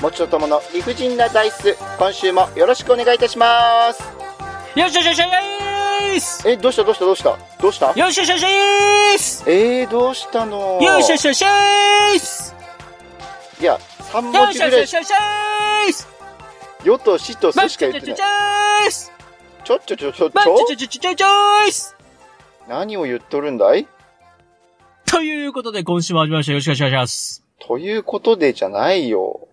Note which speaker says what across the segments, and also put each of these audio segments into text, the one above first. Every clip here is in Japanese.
Speaker 1: もちとともの理不尽なダイス今週もよろしくお願いいたします
Speaker 2: よっしゃよっしゃよっしゃいーす
Speaker 1: えどうしたどうしたどうしたどうした
Speaker 2: よっしゃよっしゃよっしゃいーす
Speaker 1: えー、どうしたの
Speaker 2: よっしゃよっしゃよっしゃいーす
Speaker 1: いや3
Speaker 2: よっ
Speaker 1: 文字
Speaker 2: しゃ
Speaker 1: ぐ
Speaker 2: よっしゃ
Speaker 1: らい
Speaker 2: よっしゃよっしゃいーす
Speaker 1: よとしと
Speaker 2: ま
Speaker 1: す
Speaker 2: っ
Speaker 1: し
Speaker 2: ち
Speaker 1: か
Speaker 2: ょ
Speaker 1: 言
Speaker 2: ちょ
Speaker 1: って
Speaker 2: ち
Speaker 1: な
Speaker 2: ょ
Speaker 1: い
Speaker 2: ちょーす
Speaker 1: ちょちょちょちょち
Speaker 2: まっちょ
Speaker 1: ょ
Speaker 2: ちょちょちょちょちょーす
Speaker 1: 何を言っとるんだい
Speaker 2: ということで、今週も始まりました。よろしくお願いします。
Speaker 1: ということでじゃないよ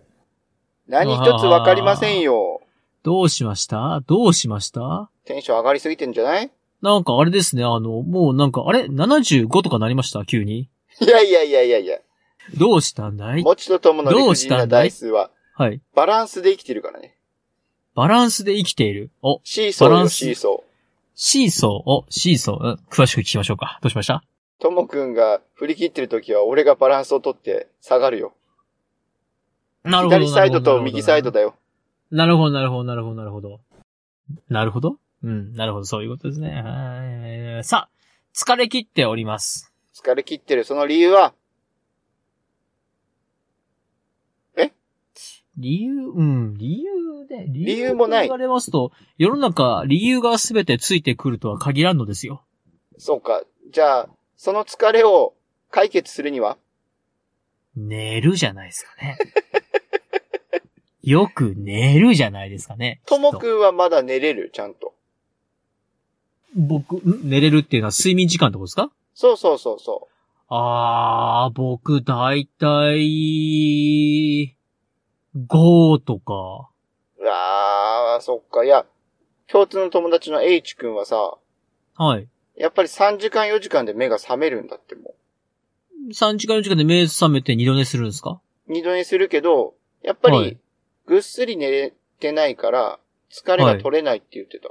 Speaker 1: 何一つわかりませんよ
Speaker 2: どうしましたどうしました
Speaker 1: テンション上がりすぎてんじゃない
Speaker 2: なんかあれですね、あの、もうなんか、あれ ?75 とかなりました急に。
Speaker 1: いやいやいやいやいや
Speaker 2: どうしたんだい
Speaker 1: もちとともの理不尽なダイスは
Speaker 2: はい。
Speaker 1: バランスで生きてるからね
Speaker 2: バランスで生きている。お、
Speaker 1: シーソ
Speaker 2: バ
Speaker 1: ー
Speaker 2: ラ
Speaker 1: よ
Speaker 2: ンス
Speaker 1: シーソー
Speaker 2: シーソー、お、シーソー、うん、詳しく聞きましょうか。どうしました
Speaker 1: ともくんが振り切ってる時は俺がバランスを取って下がるよ。
Speaker 2: なるほど。
Speaker 1: 左サイドと右サイドだよ。
Speaker 2: なるほど、なるほど、なるほど、なるほど。なるほどうん、なるほど、そういうことですね。はいさあ、疲れ切っております。
Speaker 1: 疲れ切ってるその理由は、
Speaker 2: 理由、うん、理由で、理
Speaker 1: 理由もない
Speaker 2: と言われますと、世の中、理由が全てついてくるとは限らんのですよ。
Speaker 1: そうか。じゃあ、その疲れを解決するには、
Speaker 2: 寝るじゃないですか ね。よく寝るじゃないですかね。
Speaker 1: ともくんはまだ寝れる、ちゃんと。
Speaker 2: 僕、ん寝れるっていうのは睡眠時間ってことですか
Speaker 1: そうそうそうそ
Speaker 2: あー、僕、だいたい、5とか。
Speaker 1: う。あー、そっか。いや、共通の友達の H 君はさ、
Speaker 2: はい。
Speaker 1: やっぱり3時間4時間で目が覚めるんだっても
Speaker 2: 3時間4時間で目覚めて二度寝するんですか
Speaker 1: う。二度寝するけど、やっぱ
Speaker 2: は
Speaker 1: り
Speaker 2: い、
Speaker 1: ぐっすり寝れてないから、疲れが取れないって言ってた。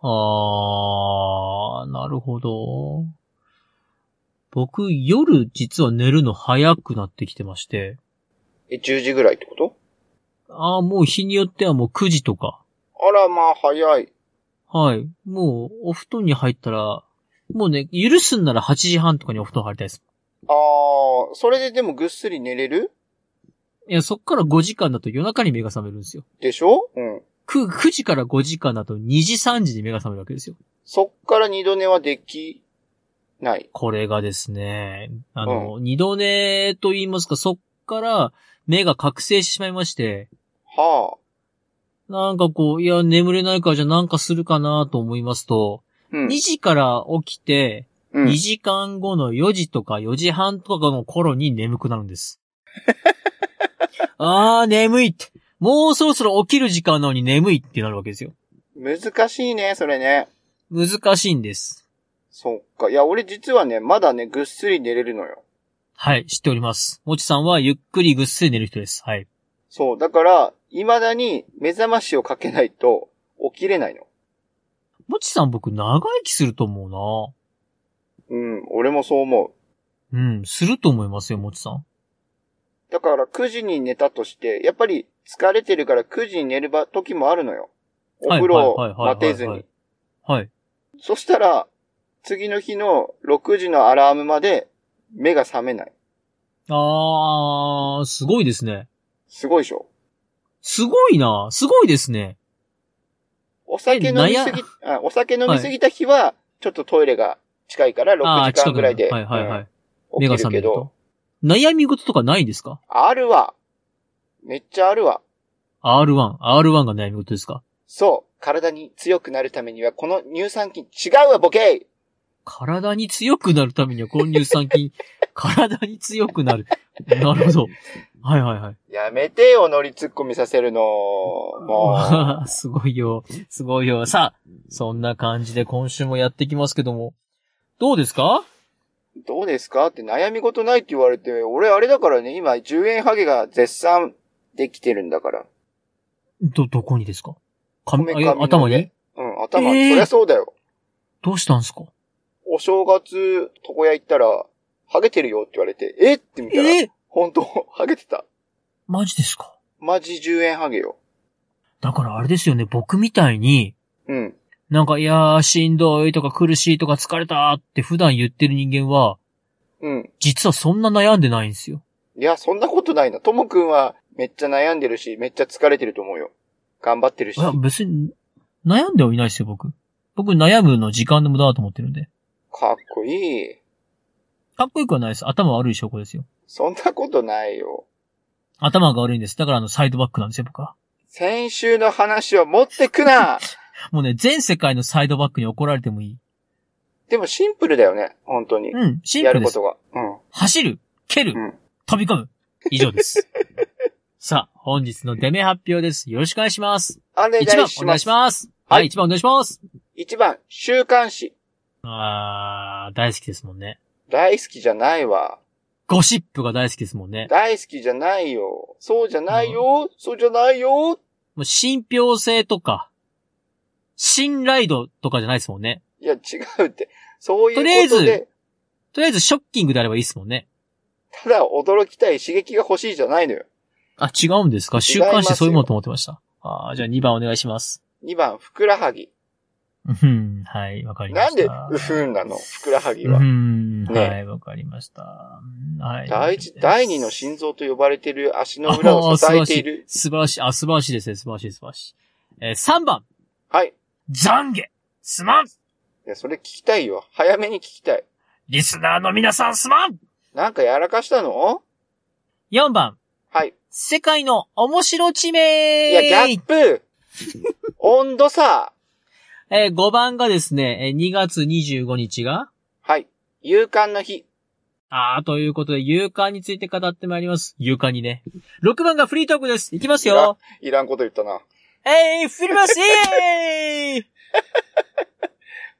Speaker 2: あー、なるほど。僕、夜、実は寝るの早くなってきてまして。
Speaker 1: え、10時ぐらいってこと
Speaker 2: あー、もう日によってはもう9時とか。
Speaker 1: あら、まあ、早い。
Speaker 2: はい。もう、お布団に入ったら、もうね、許すんなら8時半とかにお布団入りたいです。
Speaker 1: あー、それででもぐっすり寝れる
Speaker 2: いや、そっから5時間だと夜中に目が覚めるんですよ。
Speaker 1: でしょうん。
Speaker 2: 9、9時から5時間だと2時3時に目が覚めるわけですよ。
Speaker 1: そっから二度寝はできない。
Speaker 2: これがですね、あの、二、度寝と言いますか、そっから目が覚醒してしまいまして、
Speaker 1: は
Speaker 2: なんかこう、いや、眠れないからじゃあなんかするかなと思いますと、
Speaker 1: あ。うん
Speaker 2: 2。時から起きて、
Speaker 1: う
Speaker 2: 2
Speaker 1: ん、
Speaker 2: 時間後の4時とか4時半とかの頃に眠くなるんです。 あー、眠いって。もうそろそろ起きる時間なのに眠いってなるわけですよ。
Speaker 1: 難しいね、それね。
Speaker 2: 難しいんです。
Speaker 1: そっか。いや、俺実はね、まだね、ぐっすり寝れるのよ。
Speaker 2: はい、知っております。もちさんはゆっくりぐっすり寝る人です。はい。
Speaker 1: そう。だから、未だに目覚ましをかけないと起きれないの。
Speaker 2: もちさん僕長生きすると思
Speaker 1: うん、俺もそう思
Speaker 2: うな。うん、すると思いますよ、もちさん。
Speaker 1: う。だから、9時に寝たとして、やっぱり疲れてるから9時に寝る場時もあるのよ。お風呂
Speaker 2: はいはい
Speaker 1: を
Speaker 2: はいはいはい
Speaker 1: 待てずに。
Speaker 2: はい。
Speaker 1: そしたら、次の日の6時のアラームまで目が覚めない。
Speaker 2: あー、すごいですね。
Speaker 1: すごいでしょ
Speaker 2: すごいな、すごいですね。
Speaker 1: お酒飲みすぎ、あお酒飲みすぎた日は、ちょっとトイレが近いから
Speaker 2: あ
Speaker 1: 6
Speaker 2: ー
Speaker 1: 時間
Speaker 2: 近
Speaker 1: ぐ
Speaker 2: く
Speaker 1: ら
Speaker 2: ない
Speaker 1: で、
Speaker 2: はいはいはい。
Speaker 1: うん
Speaker 2: 目が
Speaker 1: 起き
Speaker 2: 覚
Speaker 1: る
Speaker 2: め
Speaker 1: けど
Speaker 2: ると、。悩み事とかないんですか
Speaker 1: あるわ。めっちゃあるわ。
Speaker 2: ?R1、R1 が悩み事ですか
Speaker 1: そう。体に強くなるためには、この乳酸菌、違うわ、ボケ
Speaker 2: 体に強くなるためには、この乳 酸菌、体に強くなる。なるほど。はいはいはい。
Speaker 1: やめてよ、乗り突っ込みさせるの。も
Speaker 2: わあすごいよ。すごいよ。さあ、そんな感じで今週もやってきますけども。どうですか
Speaker 1: う、どうですかって悩み事ないって言われて、俺あれだからね、今、10円ハゲが絶賛できてるんだから。
Speaker 2: ど、どこにですか髪、
Speaker 1: こ
Speaker 2: あ
Speaker 1: め
Speaker 2: い
Speaker 1: か
Speaker 2: や
Speaker 1: みの
Speaker 2: 頭に
Speaker 1: ねうん、頭、
Speaker 2: えー
Speaker 1: そりゃそうだよ。
Speaker 2: どうしたんすか
Speaker 1: お正月、床屋行ったら、ハゲてるよって言われて、えって見たら、
Speaker 2: え
Speaker 1: 本当 ハゲてた。
Speaker 2: マジですか
Speaker 1: マジ10円ハゲよ。
Speaker 2: だからあれですよね、僕みたいに、
Speaker 1: うん。
Speaker 2: なんか、いやー、しんどいとか苦しいとか疲れたーって普段言ってる人間は、
Speaker 1: うん。
Speaker 2: 実はそんな悩んでないんですよ。
Speaker 1: いや、そんなことないな。ともくんは、めっちゃ悩んでるし、めっちゃ疲れてると思うよ。頑張ってるし。
Speaker 2: いや、別に、悩んではいないですよ、僕。僕、悩むの時間の無駄だと思ってるんで。
Speaker 1: かっこいい。
Speaker 2: かっこよくはないです。頭悪い証拠ですよ。
Speaker 1: そんなことないよ。
Speaker 2: 頭が悪いんです。だから、あの、サイドバックなんですよ、僕は。
Speaker 1: 先週の話を持ってくな
Speaker 2: もうね、全世界のサイドバックに怒られてもいい。
Speaker 1: でもシンプルだよね、本当に。
Speaker 2: うん、シン
Speaker 1: や
Speaker 2: プ
Speaker 1: る
Speaker 2: ルで
Speaker 1: こ
Speaker 2: す
Speaker 1: と。が。うん。
Speaker 2: 走る、蹴る、
Speaker 1: うん
Speaker 2: 飛び込む。以 上です。さあ、本日のデメ発表です。よろしくお願いします。
Speaker 1: お願い
Speaker 2: 1
Speaker 1: しま
Speaker 2: 番お願い
Speaker 1: す
Speaker 2: し。ます。
Speaker 1: はい
Speaker 2: はい、1番お願いします。
Speaker 1: 一番、週刊誌。
Speaker 2: あー、大好きですもんね。
Speaker 1: 大好きじゃないわ。
Speaker 2: ゴシップが大好きですもんね。
Speaker 1: 大好きじゃないよ。そうじゃないよ。そうじゃないよ。
Speaker 2: もう信憑性とか、信頼度とかじゃないですもんね。
Speaker 1: いや、違うって。そう
Speaker 2: とり
Speaker 1: い
Speaker 2: あえ
Speaker 1: うこと
Speaker 2: ず
Speaker 1: で、
Speaker 2: とりあえずショッキングであればいいですもんね。
Speaker 1: ただ驚きたい刺激が欲しいじゃないのよ。
Speaker 2: あ、違うんですか週刊誌そういうものと思ってました。あー、じゃあ2番お願いします。
Speaker 1: 2番、ふくらはぎ。
Speaker 2: うふん、はい、わかりま
Speaker 1: なん
Speaker 2: した。
Speaker 1: で、うふんなのふくらはぎ
Speaker 2: う
Speaker 1: は。
Speaker 2: ん、
Speaker 1: ね
Speaker 2: はい、わかりました。はい。
Speaker 1: 第一、第二の
Speaker 2: 心
Speaker 1: 心臓と呼ばれている足の裏を支えている。
Speaker 2: 素晴らしい。あ、素晴らしいですね。素晴らしい、素晴らしい。えー、3番、
Speaker 1: はい。
Speaker 2: 懺悔すまん
Speaker 1: いや、それ聞きたいよ。早めに聞きたい。
Speaker 2: リスナーの皆さんすまん
Speaker 1: なんかやらかしたの
Speaker 2: !4 番、
Speaker 1: はい。
Speaker 2: 世界の面白地
Speaker 1: い
Speaker 2: 名
Speaker 1: や、ギャップ温度差
Speaker 2: えー、5番がですね、えー2月25日が、
Speaker 1: はい。勇敢の日。
Speaker 2: あー、ということで、勇敢について語ってまいります。勇敢にね。6番がフリートークです。いきますよ。
Speaker 1: いらんこと言ったな。
Speaker 2: えー、振りますイエーイ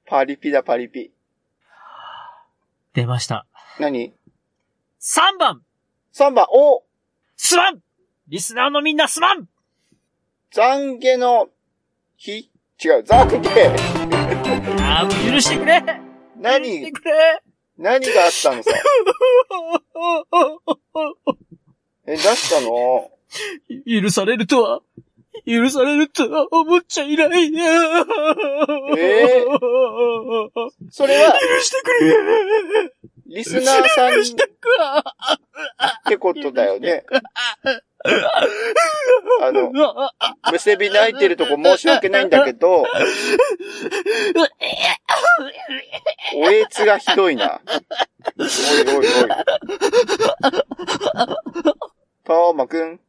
Speaker 1: パリピだ、パリピ。
Speaker 2: 出ました。
Speaker 1: 何
Speaker 2: 3番、
Speaker 1: ?3 番、お
Speaker 2: すまんリスナーのみんなすまん
Speaker 1: 懺悔の日違う、懺悔
Speaker 2: あー、許してくれ許して
Speaker 1: 何、
Speaker 2: くれ
Speaker 1: 何があったのさ。え、出したの
Speaker 2: 許されるとは、許されるとは思っちゃいないな。
Speaker 1: えそれは、
Speaker 2: 許してくれ
Speaker 1: リスナーさん
Speaker 2: 許
Speaker 1: っ
Speaker 2: してくれ
Speaker 1: てことだよね。あの、むせび泣いてるとこ申し訳ないんだけど、おえつがひどいな。おいおいおい。パーマくん。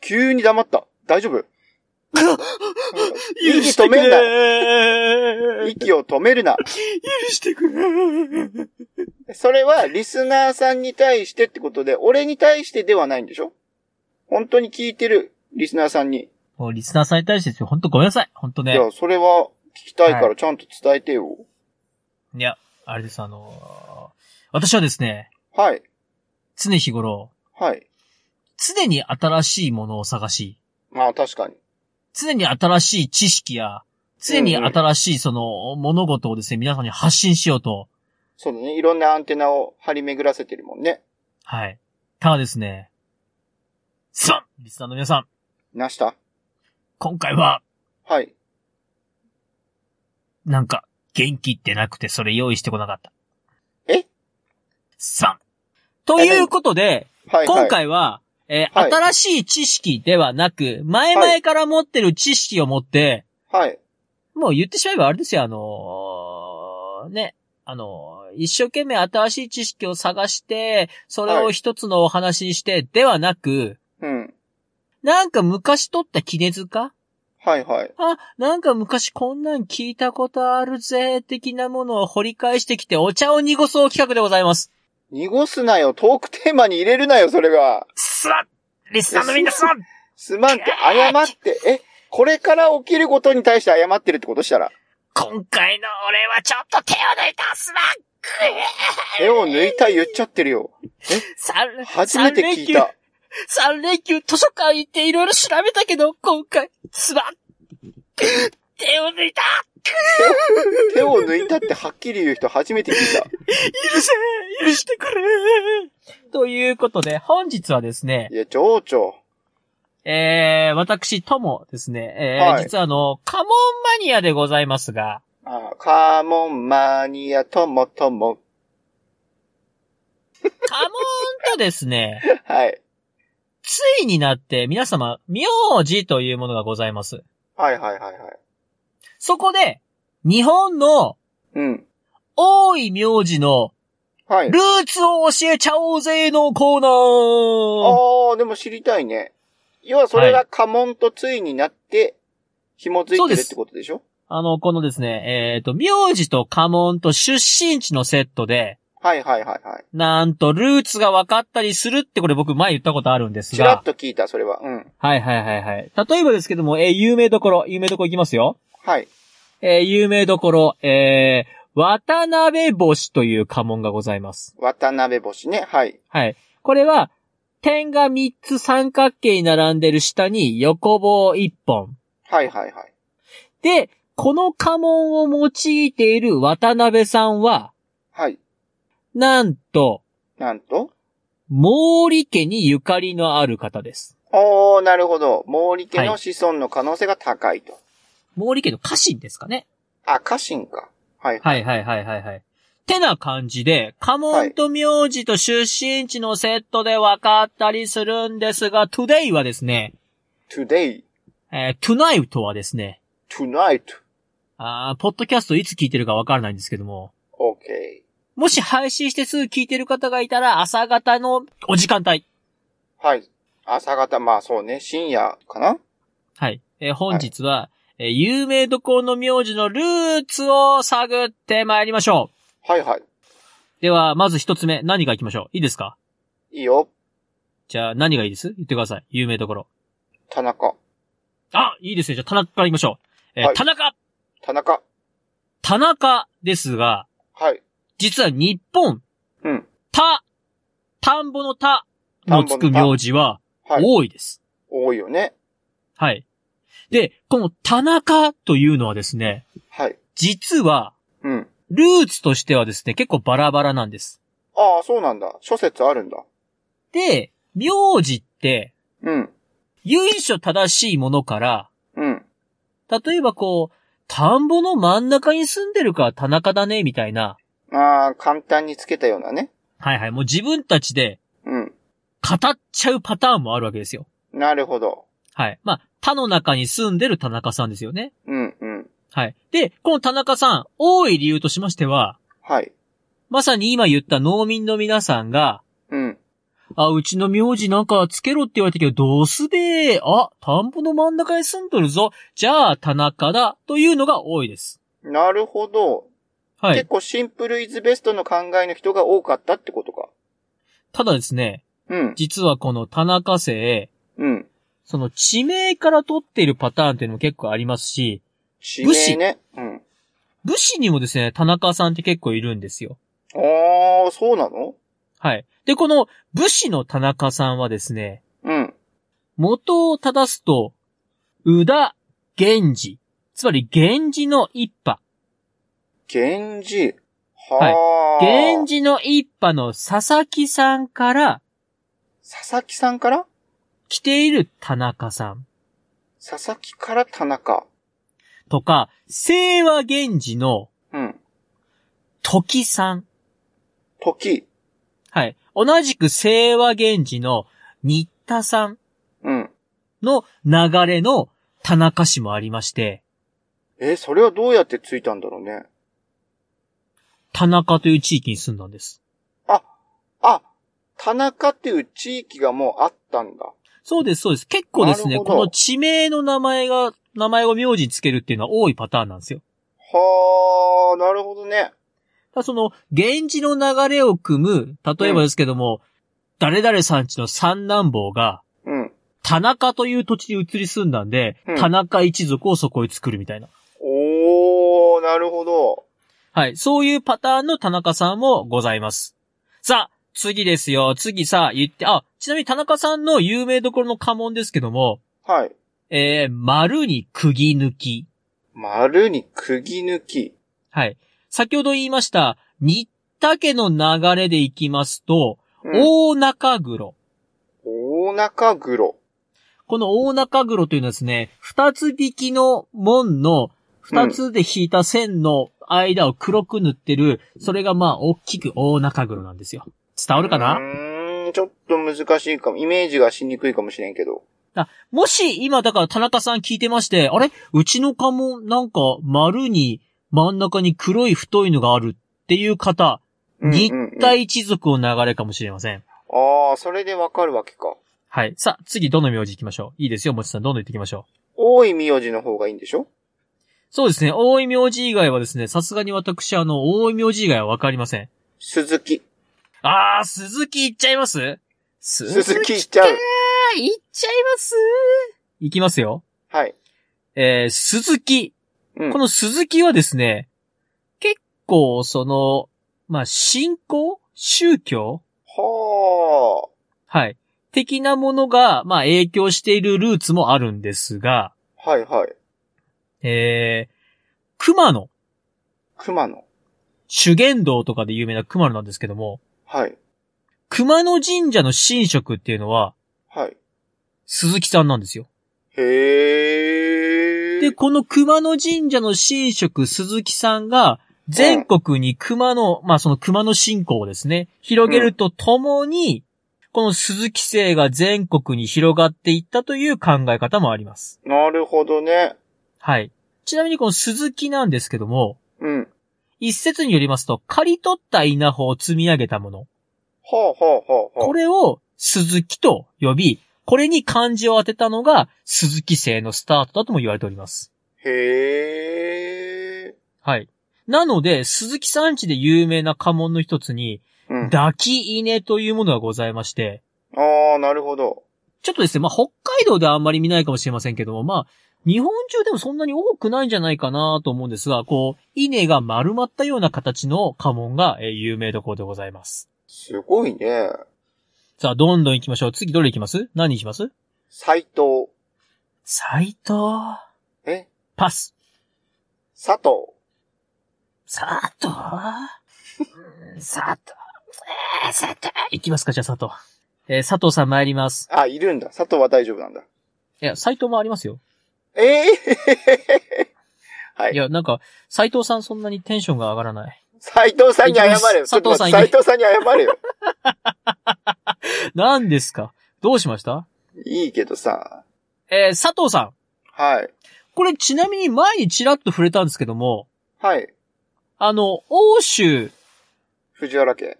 Speaker 1: 急に黙った。大丈夫
Speaker 2: 許
Speaker 1: 息
Speaker 2: して
Speaker 1: 止
Speaker 2: く
Speaker 1: めんな。
Speaker 2: れ
Speaker 1: 息を止めるな。
Speaker 2: 許してくれ
Speaker 1: それはリスナーさんに対してってことで、俺に対してではないんでしょ本当に聞いてるリスナーさんに。
Speaker 2: もうリスナーさんに対してですよ、ほんとごめんなさい。ほんと
Speaker 1: い
Speaker 2: ね。
Speaker 1: や、それは聞きたいか
Speaker 2: は
Speaker 1: らちゃんと伝えてよ。
Speaker 2: いや、あれです、あのー私はですね、
Speaker 1: はい。
Speaker 2: 常日頃、
Speaker 1: はい。
Speaker 2: 常に新しいものを探し、
Speaker 1: まあ確かに。
Speaker 2: 常に新しい知識や、常に新しいその物事をですね、皆さんに発信しようと。
Speaker 1: そうだね。いろんなアンテナを張り巡らせてるもんね。
Speaker 2: はい。ただですね、さんリスナーの皆さん、
Speaker 1: なした
Speaker 2: 今回は、
Speaker 1: はい。
Speaker 2: なんか、元気ってなくてそれ用意してこなかった。
Speaker 1: え
Speaker 2: さんということで、
Speaker 1: はい、はい。
Speaker 2: 今。回は、えー
Speaker 1: はい
Speaker 2: 新しい知識ではなく、前々から持ってる知識を持って、
Speaker 1: はい。
Speaker 2: もう言ってしまえばあれですよ、あのーね、あのー一生懸命新しい知識を探して、それを一つのお話にして、ではなく、
Speaker 1: うん。
Speaker 2: なんか昔取った絹塚
Speaker 1: はいはい。
Speaker 2: あ、なんか昔こんなん聞いたことあるぜ、的なものを掘り返してきて、お茶を濁そう企画でございます。
Speaker 1: 濁すなよ。トークテーマに入れるなよ、それは。
Speaker 2: すまんリスナーのみんなすまん
Speaker 1: すまんって、謝って。え、これから起きることに対して謝ってるってことしたら。
Speaker 2: 今回の俺はちょっと手を抜いたすまん
Speaker 1: 手を抜いた言っちゃってるよ。
Speaker 2: 三
Speaker 1: 初めて聞いた。
Speaker 2: 三連休図書館行っていろいろ調べたけど、今回、すまん。手を抜いた
Speaker 1: 手を抜いたってはっきり言う人初めて聞いた。
Speaker 2: 許せ許してくれということで、本日はですね
Speaker 1: い、や、情緒。
Speaker 2: えー、私、ともですね、えー
Speaker 1: はい
Speaker 2: 実はあの、カモンマニアでございますが、
Speaker 1: あカーモンマニアともとも。
Speaker 2: カモンとですね、
Speaker 1: はい。
Speaker 2: ついになって皆様、名字というものがございます。
Speaker 1: はいはいはいはい。
Speaker 2: そこで、日本の
Speaker 1: うん。
Speaker 2: 多い名字の
Speaker 1: はい
Speaker 2: ル。ーツを教えちゃおうぜのコーナー
Speaker 1: ああ、でも知りたいね。要はそれが家紋とついになって、紐付いてるってことでしょ
Speaker 2: あの、このですね、えっ、と、名字と家紋と出身地のセットで、
Speaker 1: はいはいはいはい。
Speaker 2: なんとルーツが分かったりするってこれ僕前言ったことあるんです
Speaker 1: ちらっ
Speaker 2: が、
Speaker 1: と聞いた、それは。うん。
Speaker 2: はいはいはいはい。例えばですけども、えー有名どころ、有名どころいきますよ。
Speaker 1: はい。
Speaker 2: えー有名どころ、えー渡辺星という家紋がございます。
Speaker 1: 渡辺星ね。はい。
Speaker 2: はい。これは、点が3つ三角形に並んでる下に横棒1本。
Speaker 1: はいはいはい。
Speaker 2: で、この家紋を用いている渡辺さんは、
Speaker 1: はい。
Speaker 2: なんと、
Speaker 1: なんと
Speaker 2: 毛利家にゆかりのある方です。
Speaker 1: おー、なるほど。毛利家
Speaker 2: は
Speaker 1: の
Speaker 2: い
Speaker 1: 子孫の可能性が高いと。
Speaker 2: 毛利家の家臣ですかね
Speaker 1: あ、家臣か。はい。
Speaker 2: はいはいはいはいはい。てな感じで、家紋と名字と出身地のセットで分かったりするんですが、today はですね、
Speaker 1: today,
Speaker 2: えー tonight はですね、
Speaker 1: tonight,
Speaker 2: あーポッドキャストいつ聞いてるか分からないんですけども、
Speaker 1: okay.
Speaker 2: もし配信してすぐ聞いてる方がいたら、朝方のお時間帯。
Speaker 1: はい。朝方、まあそうね、深夜かな
Speaker 2: はい。えー本日は、えー有名どころの名字のルーツを探ってまいりましょう。
Speaker 1: はいはい。
Speaker 2: では、まず一つ目、何がいきましょういいですか
Speaker 1: いいよ、
Speaker 2: じゃあ、何がいいです言ってください。有名どころ。
Speaker 1: 田中。
Speaker 2: あ、いいですね。じゃあ、田中から行きましょう。えー
Speaker 1: はい
Speaker 2: 田中
Speaker 1: 田中。
Speaker 2: 田中ですが、
Speaker 1: はい。
Speaker 2: 実は日本、
Speaker 1: うん。
Speaker 2: 田、田んぼの田のつく名字は
Speaker 1: はい。
Speaker 2: 多いです。
Speaker 1: 多いよね。
Speaker 2: はい。で、この田中というのはですね、
Speaker 1: はい。
Speaker 2: 実は、
Speaker 1: うん。
Speaker 2: ルーツとしてはですね、結構バラバラなんです。
Speaker 1: ああ、そうなんだ。諸説あるんだ。
Speaker 2: で、名字って、
Speaker 1: うん。
Speaker 2: 由緒正しいものから、
Speaker 1: うん。
Speaker 2: 例えばこう、田んぼの真ん中に住んでるから田中だね、みたいな。
Speaker 1: ああ、簡単につけたようなね。
Speaker 2: はいはい、もう自分たちで
Speaker 1: うん。
Speaker 2: 語っちゃうパターンもあるわけですよ。
Speaker 1: なるほど。
Speaker 2: はい。まあ、田の中に住んでる田中さんですよね。
Speaker 1: うん、うん。
Speaker 2: はい。で、この田中さん、多い理由としましては、
Speaker 1: はい。
Speaker 2: まさに今言った農民の皆さんが、
Speaker 1: うん。
Speaker 2: あ、うちの名字なんかつけろって言われたけど、どうすべーあ、田んぼの真ん中に住んどるぞ。じゃあ、田中だ。というのが多いです。
Speaker 1: なるほど。
Speaker 2: は
Speaker 1: 結
Speaker 2: い。
Speaker 1: 構シンプルイズベストの考えの人が多かったってことか。
Speaker 2: ただですね、
Speaker 1: うん。
Speaker 2: 実はこの田中姓、
Speaker 1: うん。
Speaker 2: その地名から取っているパターンっていうのも結構ありますし、
Speaker 1: 地名ね。うん。
Speaker 2: 武士にもですね、田中さんって結構いるんですよ。
Speaker 1: ああ、そうなの
Speaker 2: はい。で、この武士の田中さんはですね、
Speaker 1: うん。
Speaker 2: 元を正すと、宇田源氏。つまり源氏の一派。
Speaker 1: 源氏。はあ。
Speaker 2: 源。氏の一派の佐々木さんから
Speaker 1: 佐々木さんから
Speaker 2: 来ている田中さん。
Speaker 1: 佐々木から田中。
Speaker 2: とか、清和源氏の
Speaker 1: うん。
Speaker 2: 時さん。
Speaker 1: 時。
Speaker 2: はい。同じく清和源氏の新田さん
Speaker 1: うん。
Speaker 2: の流れの田中氏もありまして、
Speaker 1: え、それはどうやってついたんだろうね。
Speaker 2: 田中という地域に住んだんです。
Speaker 1: あ、あ、田中っていう地域がもうあったんだ。
Speaker 2: そうです、そうです。結構です
Speaker 1: な
Speaker 2: ね、
Speaker 1: るほ
Speaker 2: こ
Speaker 1: ど
Speaker 2: の地名の名前が、名前を名字につけるっていうのは多いパターンなんですよ。
Speaker 1: はあ、なるほどね。
Speaker 2: ただその、源氏の流れを組む、例えばですけども、誰々さんちの三男坊が、
Speaker 1: うん。
Speaker 2: 田中という土地に移り住んだんで、
Speaker 1: うん
Speaker 2: 田中一族をそこに作るみたいな。
Speaker 1: おー、なるほど。
Speaker 2: はい。そういうパターンの田中さんもございます。さあ、次ですよ。次さ、言って、あ、ちなみに田中さんの有名どころの家紋ですけども、
Speaker 1: はい。
Speaker 2: えー、丸に釘抜き。
Speaker 1: 丸に釘抜き。
Speaker 2: はい。先ほど言いました、新田家の流れでいきますと、
Speaker 1: うん
Speaker 2: 大中黒。
Speaker 1: 大中黒。
Speaker 2: この大中黒というのはですね、二つ引きの門の、二つで引いた線の間を黒く塗ってる、それがまあ、大きく大中黒なんですよ。伝わるかな
Speaker 1: うーん、ん、ちょっと難しいかも。イメージがしにくいかもしれんけど。
Speaker 2: もし今だから田中さん聞いてまして、あれうちの蚊もなんか丸に真ん中に黒い太いのがあるっていう方、
Speaker 1: うんうん
Speaker 2: 立
Speaker 1: うん
Speaker 2: 体一族の流れかもしれません。
Speaker 1: ああ、それでわかるわけか。
Speaker 2: はい。さあ、次どの名字行きましょういいですよ、もちさん。どんどん行ってきましょう。
Speaker 1: 多い名字の方がいいんでしょ
Speaker 2: そうですね。大井名字以外はですね、さすがに私、あの、大井名字以外はわかりません。
Speaker 1: 鈴木。
Speaker 2: あー、鈴木行っちゃいます
Speaker 1: 鈴木いっち
Speaker 2: か
Speaker 1: ゃ
Speaker 2: ー
Speaker 1: う。
Speaker 2: 行っちゃいます行きますよ。
Speaker 1: はい。
Speaker 2: えー、鈴木。
Speaker 1: うん。
Speaker 2: この鈴木はですね、結構、その、まあ、信仰宗教
Speaker 1: は
Speaker 2: はい。的なものが、まあ、影響しているルーツもあるんですが、
Speaker 1: あ。はいはい。
Speaker 2: えー、熊野、
Speaker 1: 熊野。
Speaker 2: 修験道とかで有名な熊野なんですけども、
Speaker 1: はい。
Speaker 2: 熊野神社の神職っていうのは、
Speaker 1: はい。
Speaker 2: 鈴木さんなんですよ。
Speaker 1: へえ。
Speaker 2: で、この熊野神社の神職鈴木さんが、全国に熊野、まあその熊野信仰をですね、広げるとともに、この鈴木姓が全国に広がっていったという考え方もあります。
Speaker 1: なるほどね。
Speaker 2: はい。ちなみにこの鈴木なんですけども、
Speaker 1: うん。
Speaker 2: 一説によりますと、刈り取った稲穂を積み上げたもの。
Speaker 1: はあはあはあはあ。
Speaker 2: これを鈴木と呼び、これに漢字を当てたのが鈴木姓のスタートだとも言われております。
Speaker 1: へえ。
Speaker 2: はい。なので、鈴木山地で有名な家紋の一つに、
Speaker 1: うん。
Speaker 2: 抱き稲というものがございまして、
Speaker 1: ああ、なるほど。
Speaker 2: ちょっとですね、まあ、北海道ではあんまり見ないかもしれませんけども、まあ、日本中でもそんなに多くないんじゃないかなと思うんですが、こう、稲が丸まったような形の家紋が、えー有名どころでございます。
Speaker 1: すごいね。
Speaker 2: さあ、どんどん行きましょう。次どれ行きます何行きます
Speaker 1: 斎藤。
Speaker 2: 斎藤。
Speaker 1: え
Speaker 2: パス。
Speaker 1: 佐藤。
Speaker 2: 佐藤うーん佐藤。えー佐藤。行きますか、じゃあ佐藤。えー佐藤さん参ります。
Speaker 1: あ、いるんだ。佐藤は大丈夫なんだ。
Speaker 2: いや、斎藤もありますよ。
Speaker 1: ええ はいい。
Speaker 2: や、なんか、斎藤さんそんなにテンションが上がらない。
Speaker 1: 斎藤さんに謝れよ。
Speaker 2: 行きます佐藤さん
Speaker 1: 斎藤さんに謝れよ。
Speaker 2: 何ですかどうしました
Speaker 1: いいけどさ。
Speaker 2: えー佐藤さん。
Speaker 1: はい。
Speaker 2: これちなみに前にちらっと触れたんですけども、
Speaker 1: はい。
Speaker 2: あの、欧州、
Speaker 1: 藤原家。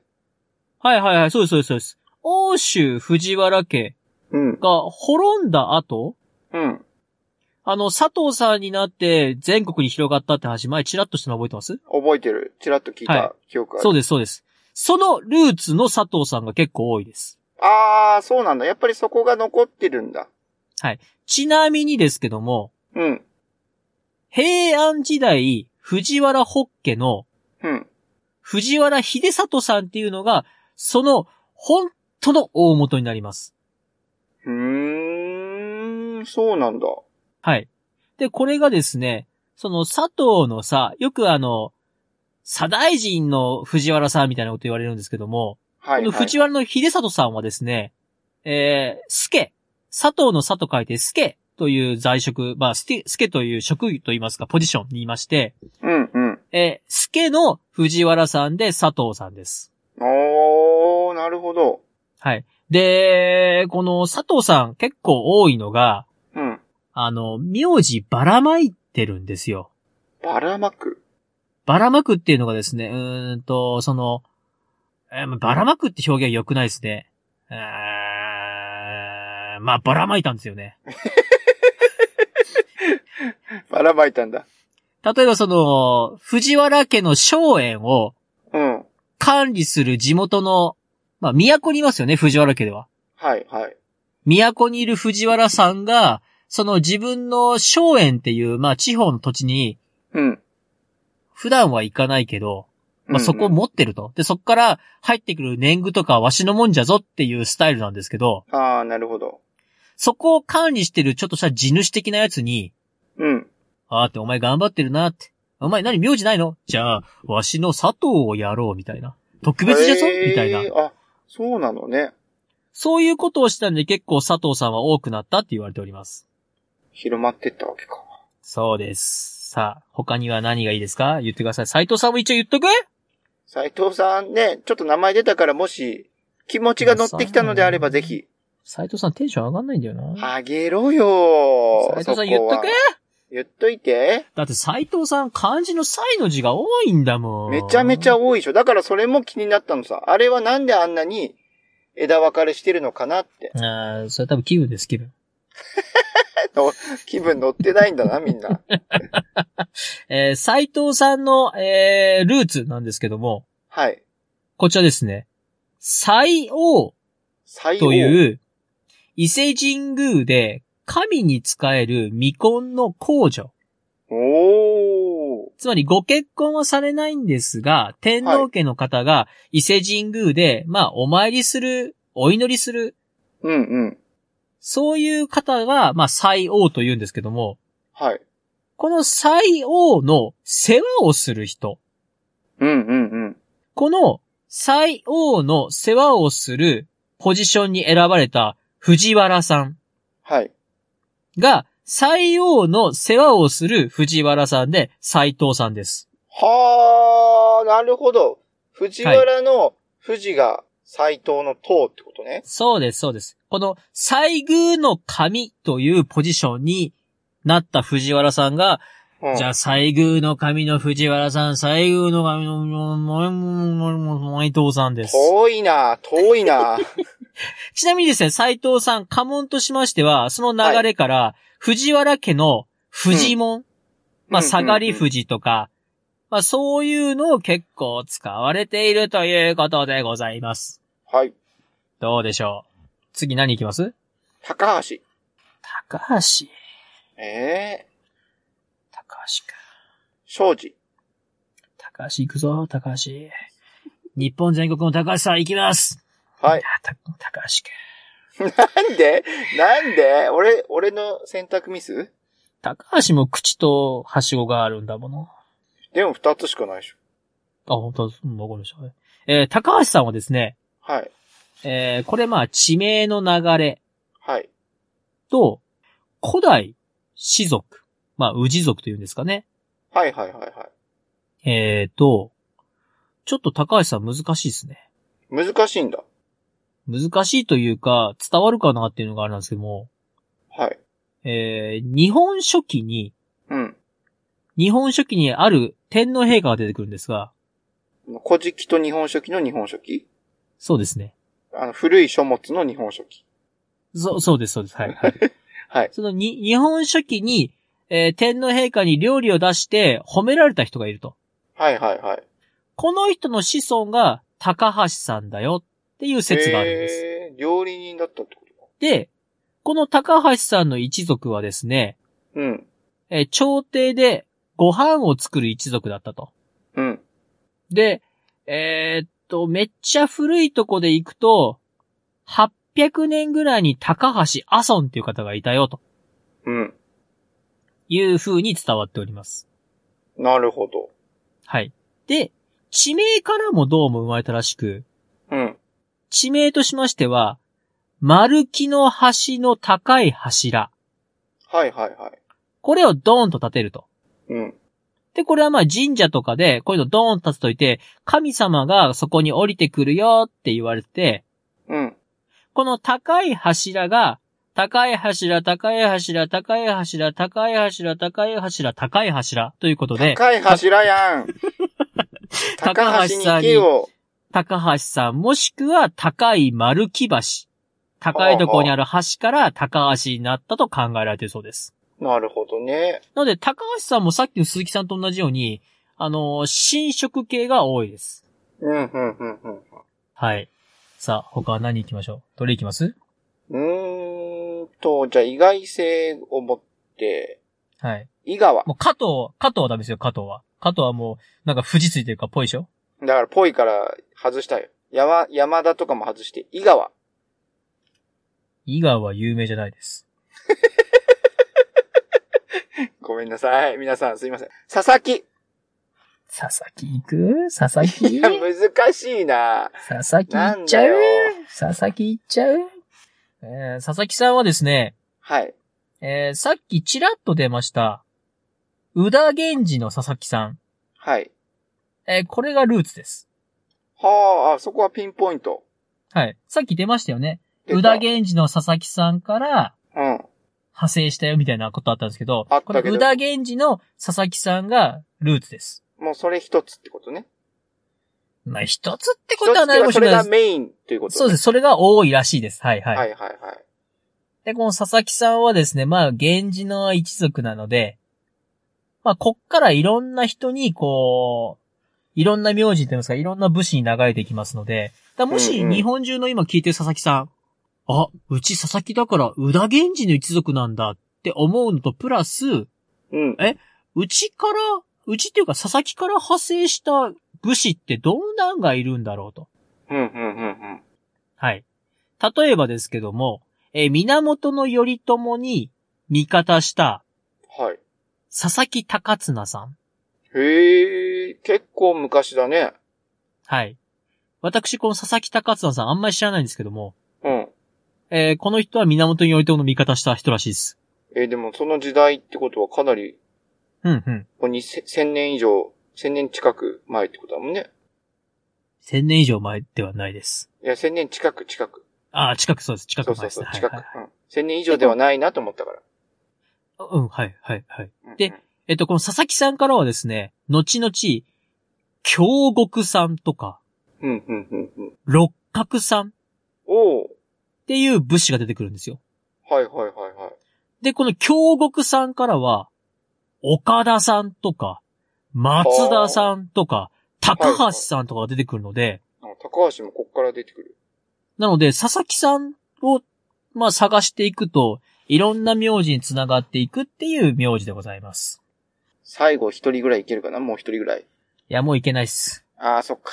Speaker 2: はいはいはい、そうですそうですそうです。欧州藤原家
Speaker 1: うん。
Speaker 2: が滅んだ後、
Speaker 1: うん。
Speaker 2: あの、佐藤さんになって全国に広がったって話、前ちらっとしたの覚えてます
Speaker 1: 覚えてる。ちらっと聞いた
Speaker 2: は
Speaker 1: 記憶ある。
Speaker 2: そうですそうです。そのルーツの佐藤さんが結構多いです。
Speaker 1: ああ、そうなんだ。やっぱりそこが残ってるんだ。
Speaker 2: ちなみにですけども、
Speaker 1: うん。
Speaker 2: 平安時代、藤原北家の
Speaker 1: うん。
Speaker 2: 藤原秀里さんっていうのが、その本当の大元になります。
Speaker 1: うーん、そうなんだ。
Speaker 2: はい。で、これがですね、その佐藤のさ、よくあの、左大臣の藤原さんみたいなこと言われるんですけども、
Speaker 1: はい、
Speaker 2: この
Speaker 1: はい。
Speaker 2: 藤原の秀里さんはですね、えー、助、佐藤の佐と書いて助という在職、まあ、すけ助という職位といいますか、ポジションにいまして、
Speaker 1: うん、うん。
Speaker 2: えー、助の藤原さんで佐藤さんです。
Speaker 1: おー、なるほど。
Speaker 2: はい。で、この佐藤さん結構多いのが、
Speaker 1: うん。
Speaker 2: あの、名字ばらまいてるんですよ。
Speaker 1: ばらまく。
Speaker 2: ばらまくっていうのがですね、うーんと、その、えーまあばらまくって表現は良くないですね。うーんまあ、ばらまいたんですよね。
Speaker 1: ばらまいたんだ。
Speaker 2: 例えばその、藤原家の荘園を
Speaker 1: うん。
Speaker 2: 管理する地元の、まあ、都にいますよね、藤原家では。
Speaker 1: はい、はい。
Speaker 2: 都にいる藤原さんが、その自分の荘園っていう、まあ、地方の土地に、
Speaker 1: うん。
Speaker 2: 普段は行かないけど、ま
Speaker 1: う
Speaker 2: あ、
Speaker 1: ん
Speaker 2: そこを。持ってると。で、そこから入ってくる年貢とかはわしのもんじゃぞっていうスタイルなんですけど、
Speaker 1: うんあー、なるほど。
Speaker 2: そこを管理してるちょっとした地主的なやつに、
Speaker 1: うん。
Speaker 2: あーってお前頑張ってるなって。お前何名字ないのじゃあ、わしの佐藤をやろうみたいな。特別じゃぞ
Speaker 1: へー
Speaker 2: みたいな。
Speaker 1: あ、そうなのね。
Speaker 2: そういうことをしたんで結構佐藤さんは多くなったって言われております。
Speaker 1: 広まってったわけか。
Speaker 2: そうです。さあ、他には何がいいですか言ってください。斉藤さんも一応言っとく
Speaker 1: 斎藤さんね、ちょっと名前出たからもし、気持ちが乗ってきたのであればぜひ、
Speaker 2: 斎藤さんテンション上がんないんだよな。
Speaker 1: あげろよ
Speaker 2: 斎藤さん言っとけ
Speaker 1: そこは言っといて。
Speaker 2: だって斎藤さん漢字の才の字が多いんだもん。
Speaker 1: めちゃめちゃ多いでしょ。だからそれも気になったのさ。あれはなんであんなに枝分かれしてるのかなって。
Speaker 2: ああ、それ多分気分です、気分。
Speaker 1: 気分乗ってないんだな、みんな。
Speaker 2: えー、斎藤さんの、えー、ルーツなんですけども、
Speaker 1: はい。
Speaker 2: こちらですね。斎王
Speaker 1: 最
Speaker 2: という、伊勢神宮で神に仕える未婚の皇女。
Speaker 1: おー。
Speaker 2: つまりご結婚はされないんですが、天皇家の方が伊勢神宮で、まあ、お参りする、お祈りする、
Speaker 1: うんうん。
Speaker 2: そういう方が、まあ、斎王と言うんですけども、
Speaker 1: はい。
Speaker 2: この斎王の世話をする人、
Speaker 1: うんうんうん。
Speaker 2: この斎王の世話をするポジションに選ばれた藤原さん
Speaker 1: はい。
Speaker 2: が、斎王の世話をする藤原さんで、斎藤さんです。
Speaker 1: はー、なるほど。藤原の藤が斎藤の藤ってことね。
Speaker 2: そうです、そうです。この、最宮の神というポジションになった藤原さんが、
Speaker 1: うん、
Speaker 2: じゃあ、最宮の神の藤原さん、最宮の神の、もうもうもうもうもう伊藤さんです。
Speaker 1: 遠いな遠い な
Speaker 2: ちなみにですね、斎藤さん、家紋としましては、その流れから、藤原家の藤門、まあ、下がり
Speaker 1: 藤
Speaker 2: 富士とか、まあ、そういうのを結構使われているということでございます。
Speaker 1: はい。
Speaker 2: どうでしょう次何行きます
Speaker 1: 高橋。
Speaker 2: 高橋。
Speaker 1: ええ
Speaker 2: 高橋か。
Speaker 1: 庄司。
Speaker 2: 高橋行くぞ、高橋。日本全国の高橋さん行きます。
Speaker 1: はい。
Speaker 2: あた高橋か。
Speaker 1: なんでなんで俺、俺の選択ミス
Speaker 2: 高橋も口とはしごがあるんだもの。
Speaker 1: でも二つしかないでしょ。
Speaker 2: あ、本当だうんわかりました。えー高橋さんはですね、
Speaker 1: はい。
Speaker 2: えーこれまあ地名の流れ、
Speaker 1: はい。
Speaker 2: と、古代氏族、まあ、氏族というんですかね。
Speaker 1: はいはいはいは
Speaker 2: えーと、ちょっと高橋さん難しいですね。
Speaker 1: い。難しいんだ。
Speaker 2: 難しいというか、伝わるかなっていうのがあれなんですけども、
Speaker 1: はい。
Speaker 2: えー、日本書紀に、
Speaker 1: うん。
Speaker 2: 日本書紀にある天皇陛下が出てくるんですが、
Speaker 1: 古事記と日本書紀の日本書紀
Speaker 2: そうですね。
Speaker 1: あの、古い書物の日本書紀。
Speaker 2: そう、そうです、そうです。はい。はい、
Speaker 1: はい。
Speaker 2: そのに、日本書紀に、えー天皇陛下に料理を出して褒められた人がいると。
Speaker 1: はいはいはい。
Speaker 2: この人の子孫が高橋さんだよっていう説があるんです。
Speaker 1: えー、料理人だったってことか。
Speaker 2: で、この高橋さんの一族はですね、
Speaker 1: うん。
Speaker 2: えー朝廷でご飯を作る一族だったと。
Speaker 1: うん。
Speaker 2: で、えーっと、めっちゃ古いとこで行くと、800年ぐらいに高橋阿孫っていう方がいたよ、と
Speaker 1: うん。
Speaker 2: いう風に伝わっております。
Speaker 1: なるほど。
Speaker 2: はい。で、地名からもどうも生まれたらしく、
Speaker 1: うん。
Speaker 2: 地名としましては、丸木の橋の高い柱。
Speaker 1: はいはいはい。
Speaker 2: これをドーンと立てると。
Speaker 1: うん。
Speaker 2: で、これはまあ神社とかで、こういうのドーン立つといて、神様がそこに降りてくるよって言われて、
Speaker 1: うん。
Speaker 2: この高い柱が、高い柱、高い柱、高い柱、高い柱、高い柱、高い柱ということで、
Speaker 1: 高い柱やん。 高橋に行けよ。
Speaker 2: 高橋さんもしくは高い丸木橋。高いところにある橋から高橋になったと考えられているそうです。
Speaker 1: なるほどね。
Speaker 2: なので、高橋さんもさっきの鈴木さんと同じように、あのー、新色系が多いです。
Speaker 1: うん、うん、うん、うん。
Speaker 2: はい。さあ、他は何行きましょうどれ行きます
Speaker 1: うーんと、じゃあ意外性を持って、
Speaker 2: はい。
Speaker 1: 伊川。
Speaker 2: もう加藤、加藤はダメですよ、加藤は。加藤はもう、なんか富士ついてるからぽいでしょ
Speaker 1: だから、ぽいから外したよ。山、山田とかも外して、伊川。
Speaker 2: 伊賀は有名じゃないです。
Speaker 1: ごめんなさい。皆さんすいません。佐々木。
Speaker 2: 佐々木行く佐々木
Speaker 1: いや、難しいな
Speaker 2: 佐々木行っちゃ
Speaker 1: な
Speaker 2: うん
Speaker 1: だよ
Speaker 2: 佐々木行っちゃうえー、佐々木さんはですね、
Speaker 1: はい。
Speaker 2: えー、さっきちらっと出ました、宇田源氏の佐々木さん。
Speaker 1: はい。
Speaker 2: えー、これがルーツです。
Speaker 1: はあ、あそこはピンポイント。
Speaker 2: はい。さっき出ましたよね。
Speaker 1: 出た
Speaker 2: 宇田源氏の佐々木さんから
Speaker 1: うん。
Speaker 2: 派生したよみたいなことあったんですけど、
Speaker 1: あったけど
Speaker 2: この宇田源氏の佐々木さんがルーツです。
Speaker 1: もうそれ一つってことね。
Speaker 2: まあ、一つってこ
Speaker 1: 一つ
Speaker 2: とは
Speaker 1: っ
Speaker 2: な
Speaker 1: て
Speaker 2: い
Speaker 1: い
Speaker 2: か
Speaker 1: う
Speaker 2: も
Speaker 1: か
Speaker 2: し
Speaker 1: そ
Speaker 2: れ
Speaker 1: れ
Speaker 2: な
Speaker 1: が
Speaker 2: いです。
Speaker 1: メインということね
Speaker 2: そうです。それが多いらしいです。はい、はい。
Speaker 1: はいはいはい。
Speaker 2: で、この佐々木さんはですね、まあ、源氏の一族なので、まあ、こっからいろんな人に、こう、いろんな名字って言いますか、いろんな武士に流れていきますので、だからもし
Speaker 1: うんうん
Speaker 2: 日本中の今聞いてる佐々木さん、あ、うち佐々木だから宇田源氏の一族なんだって思うのと、プラス、
Speaker 1: うん。
Speaker 2: うちから、うちっていうか佐々木から派生した武士ってどんなんがいるんだろうと。
Speaker 1: うん、うん、うん、うん。
Speaker 2: はい。例えばですけども、えー源頼朝に味方した
Speaker 1: はい。
Speaker 2: 佐々木高綱さん。
Speaker 1: へえ、結構昔だね。
Speaker 2: はい。私、この佐々木高綱さんあんまり知らないんですけども、
Speaker 1: うん。
Speaker 2: えーこの人は源頼朝の味方した人らしいです。
Speaker 1: えーでもその時代ってことはかなり、
Speaker 2: うんうん。
Speaker 1: ここにせ1000年以上、1000年近く前ってことだもんね。
Speaker 2: 千年以上前ではないです。
Speaker 1: いや、1000年近く近く。
Speaker 2: ああ、近くそうです。近く
Speaker 1: そう
Speaker 2: 前
Speaker 1: そ
Speaker 2: で
Speaker 1: う
Speaker 2: す
Speaker 1: そう
Speaker 2: ね。、はい
Speaker 1: 近く。う
Speaker 2: は
Speaker 1: ん
Speaker 2: い。
Speaker 1: 1000年以上ではないなと思ったから。
Speaker 2: うん、はい、はい、はい。
Speaker 1: うん
Speaker 2: で、えっと、この佐々木さんからはですね、後々、京極さんとか、
Speaker 1: うん、うん、うん、うん。
Speaker 2: 六角さんっ
Speaker 1: おお
Speaker 2: ていう武士が出てくるんですよ。
Speaker 1: はいはいはいはい。
Speaker 2: で、この京極さんからは、岡田さんとか、松田さんとか、高橋さんとかが出てくるので、
Speaker 1: あ高橋もこっから出てくる。
Speaker 2: なので、佐々木さんを、まあ、探していくと、いろんな名字につながっていくっていう名字でございます。
Speaker 1: 最後一人ぐらいいけるかなもう一人ぐらい。
Speaker 2: いや、もういけないっす。
Speaker 1: ああ、そっか。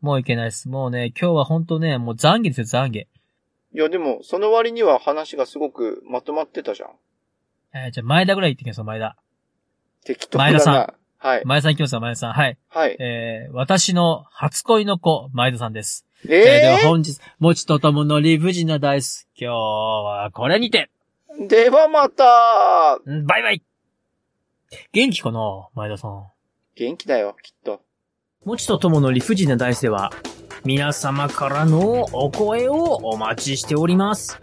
Speaker 2: もういけないっす。もうね、今日は本当ね、もう懺悔ですよ、懺悔。
Speaker 1: いや、でも、その割には話がすごくまとまってたじゃん。
Speaker 2: えーじゃあ、前田ぐらい行ってきますよ、前田。
Speaker 1: 適当だな。
Speaker 2: 前田さ
Speaker 1: はい。
Speaker 2: 前田さん行きますよ、前田さん。はい。
Speaker 1: はい。
Speaker 2: えー、私の初恋の子、前田さんです。
Speaker 1: え
Speaker 2: えーでは
Speaker 1: え
Speaker 2: 本日、もちとともの理不尽なダイス。今日はこれにて、
Speaker 1: ー、ではまた
Speaker 2: んバイバイ元気かな前田さん。
Speaker 1: 元気だよ、きっと。
Speaker 2: もちとともの理不尽なダイスでは、皆様からのお声をお待ちしております。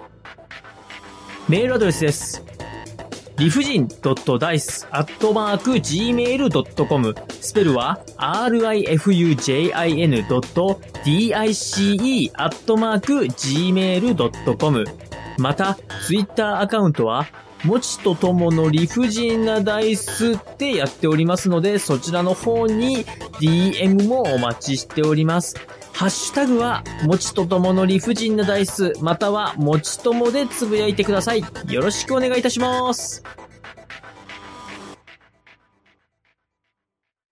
Speaker 2: メールアドレスです。理不尽 .dice.gmail.com スペルは rifujin.dice.gmail.com また、ツイッターアカウントは、もちとともの理不尽なダイスってやっておりますので、そちらの方に DM もお待ちしております。ハッシュタグは、もちとともの理不尽なダイス、または、もちともでつぶやいてください。よろしくお願いいたします。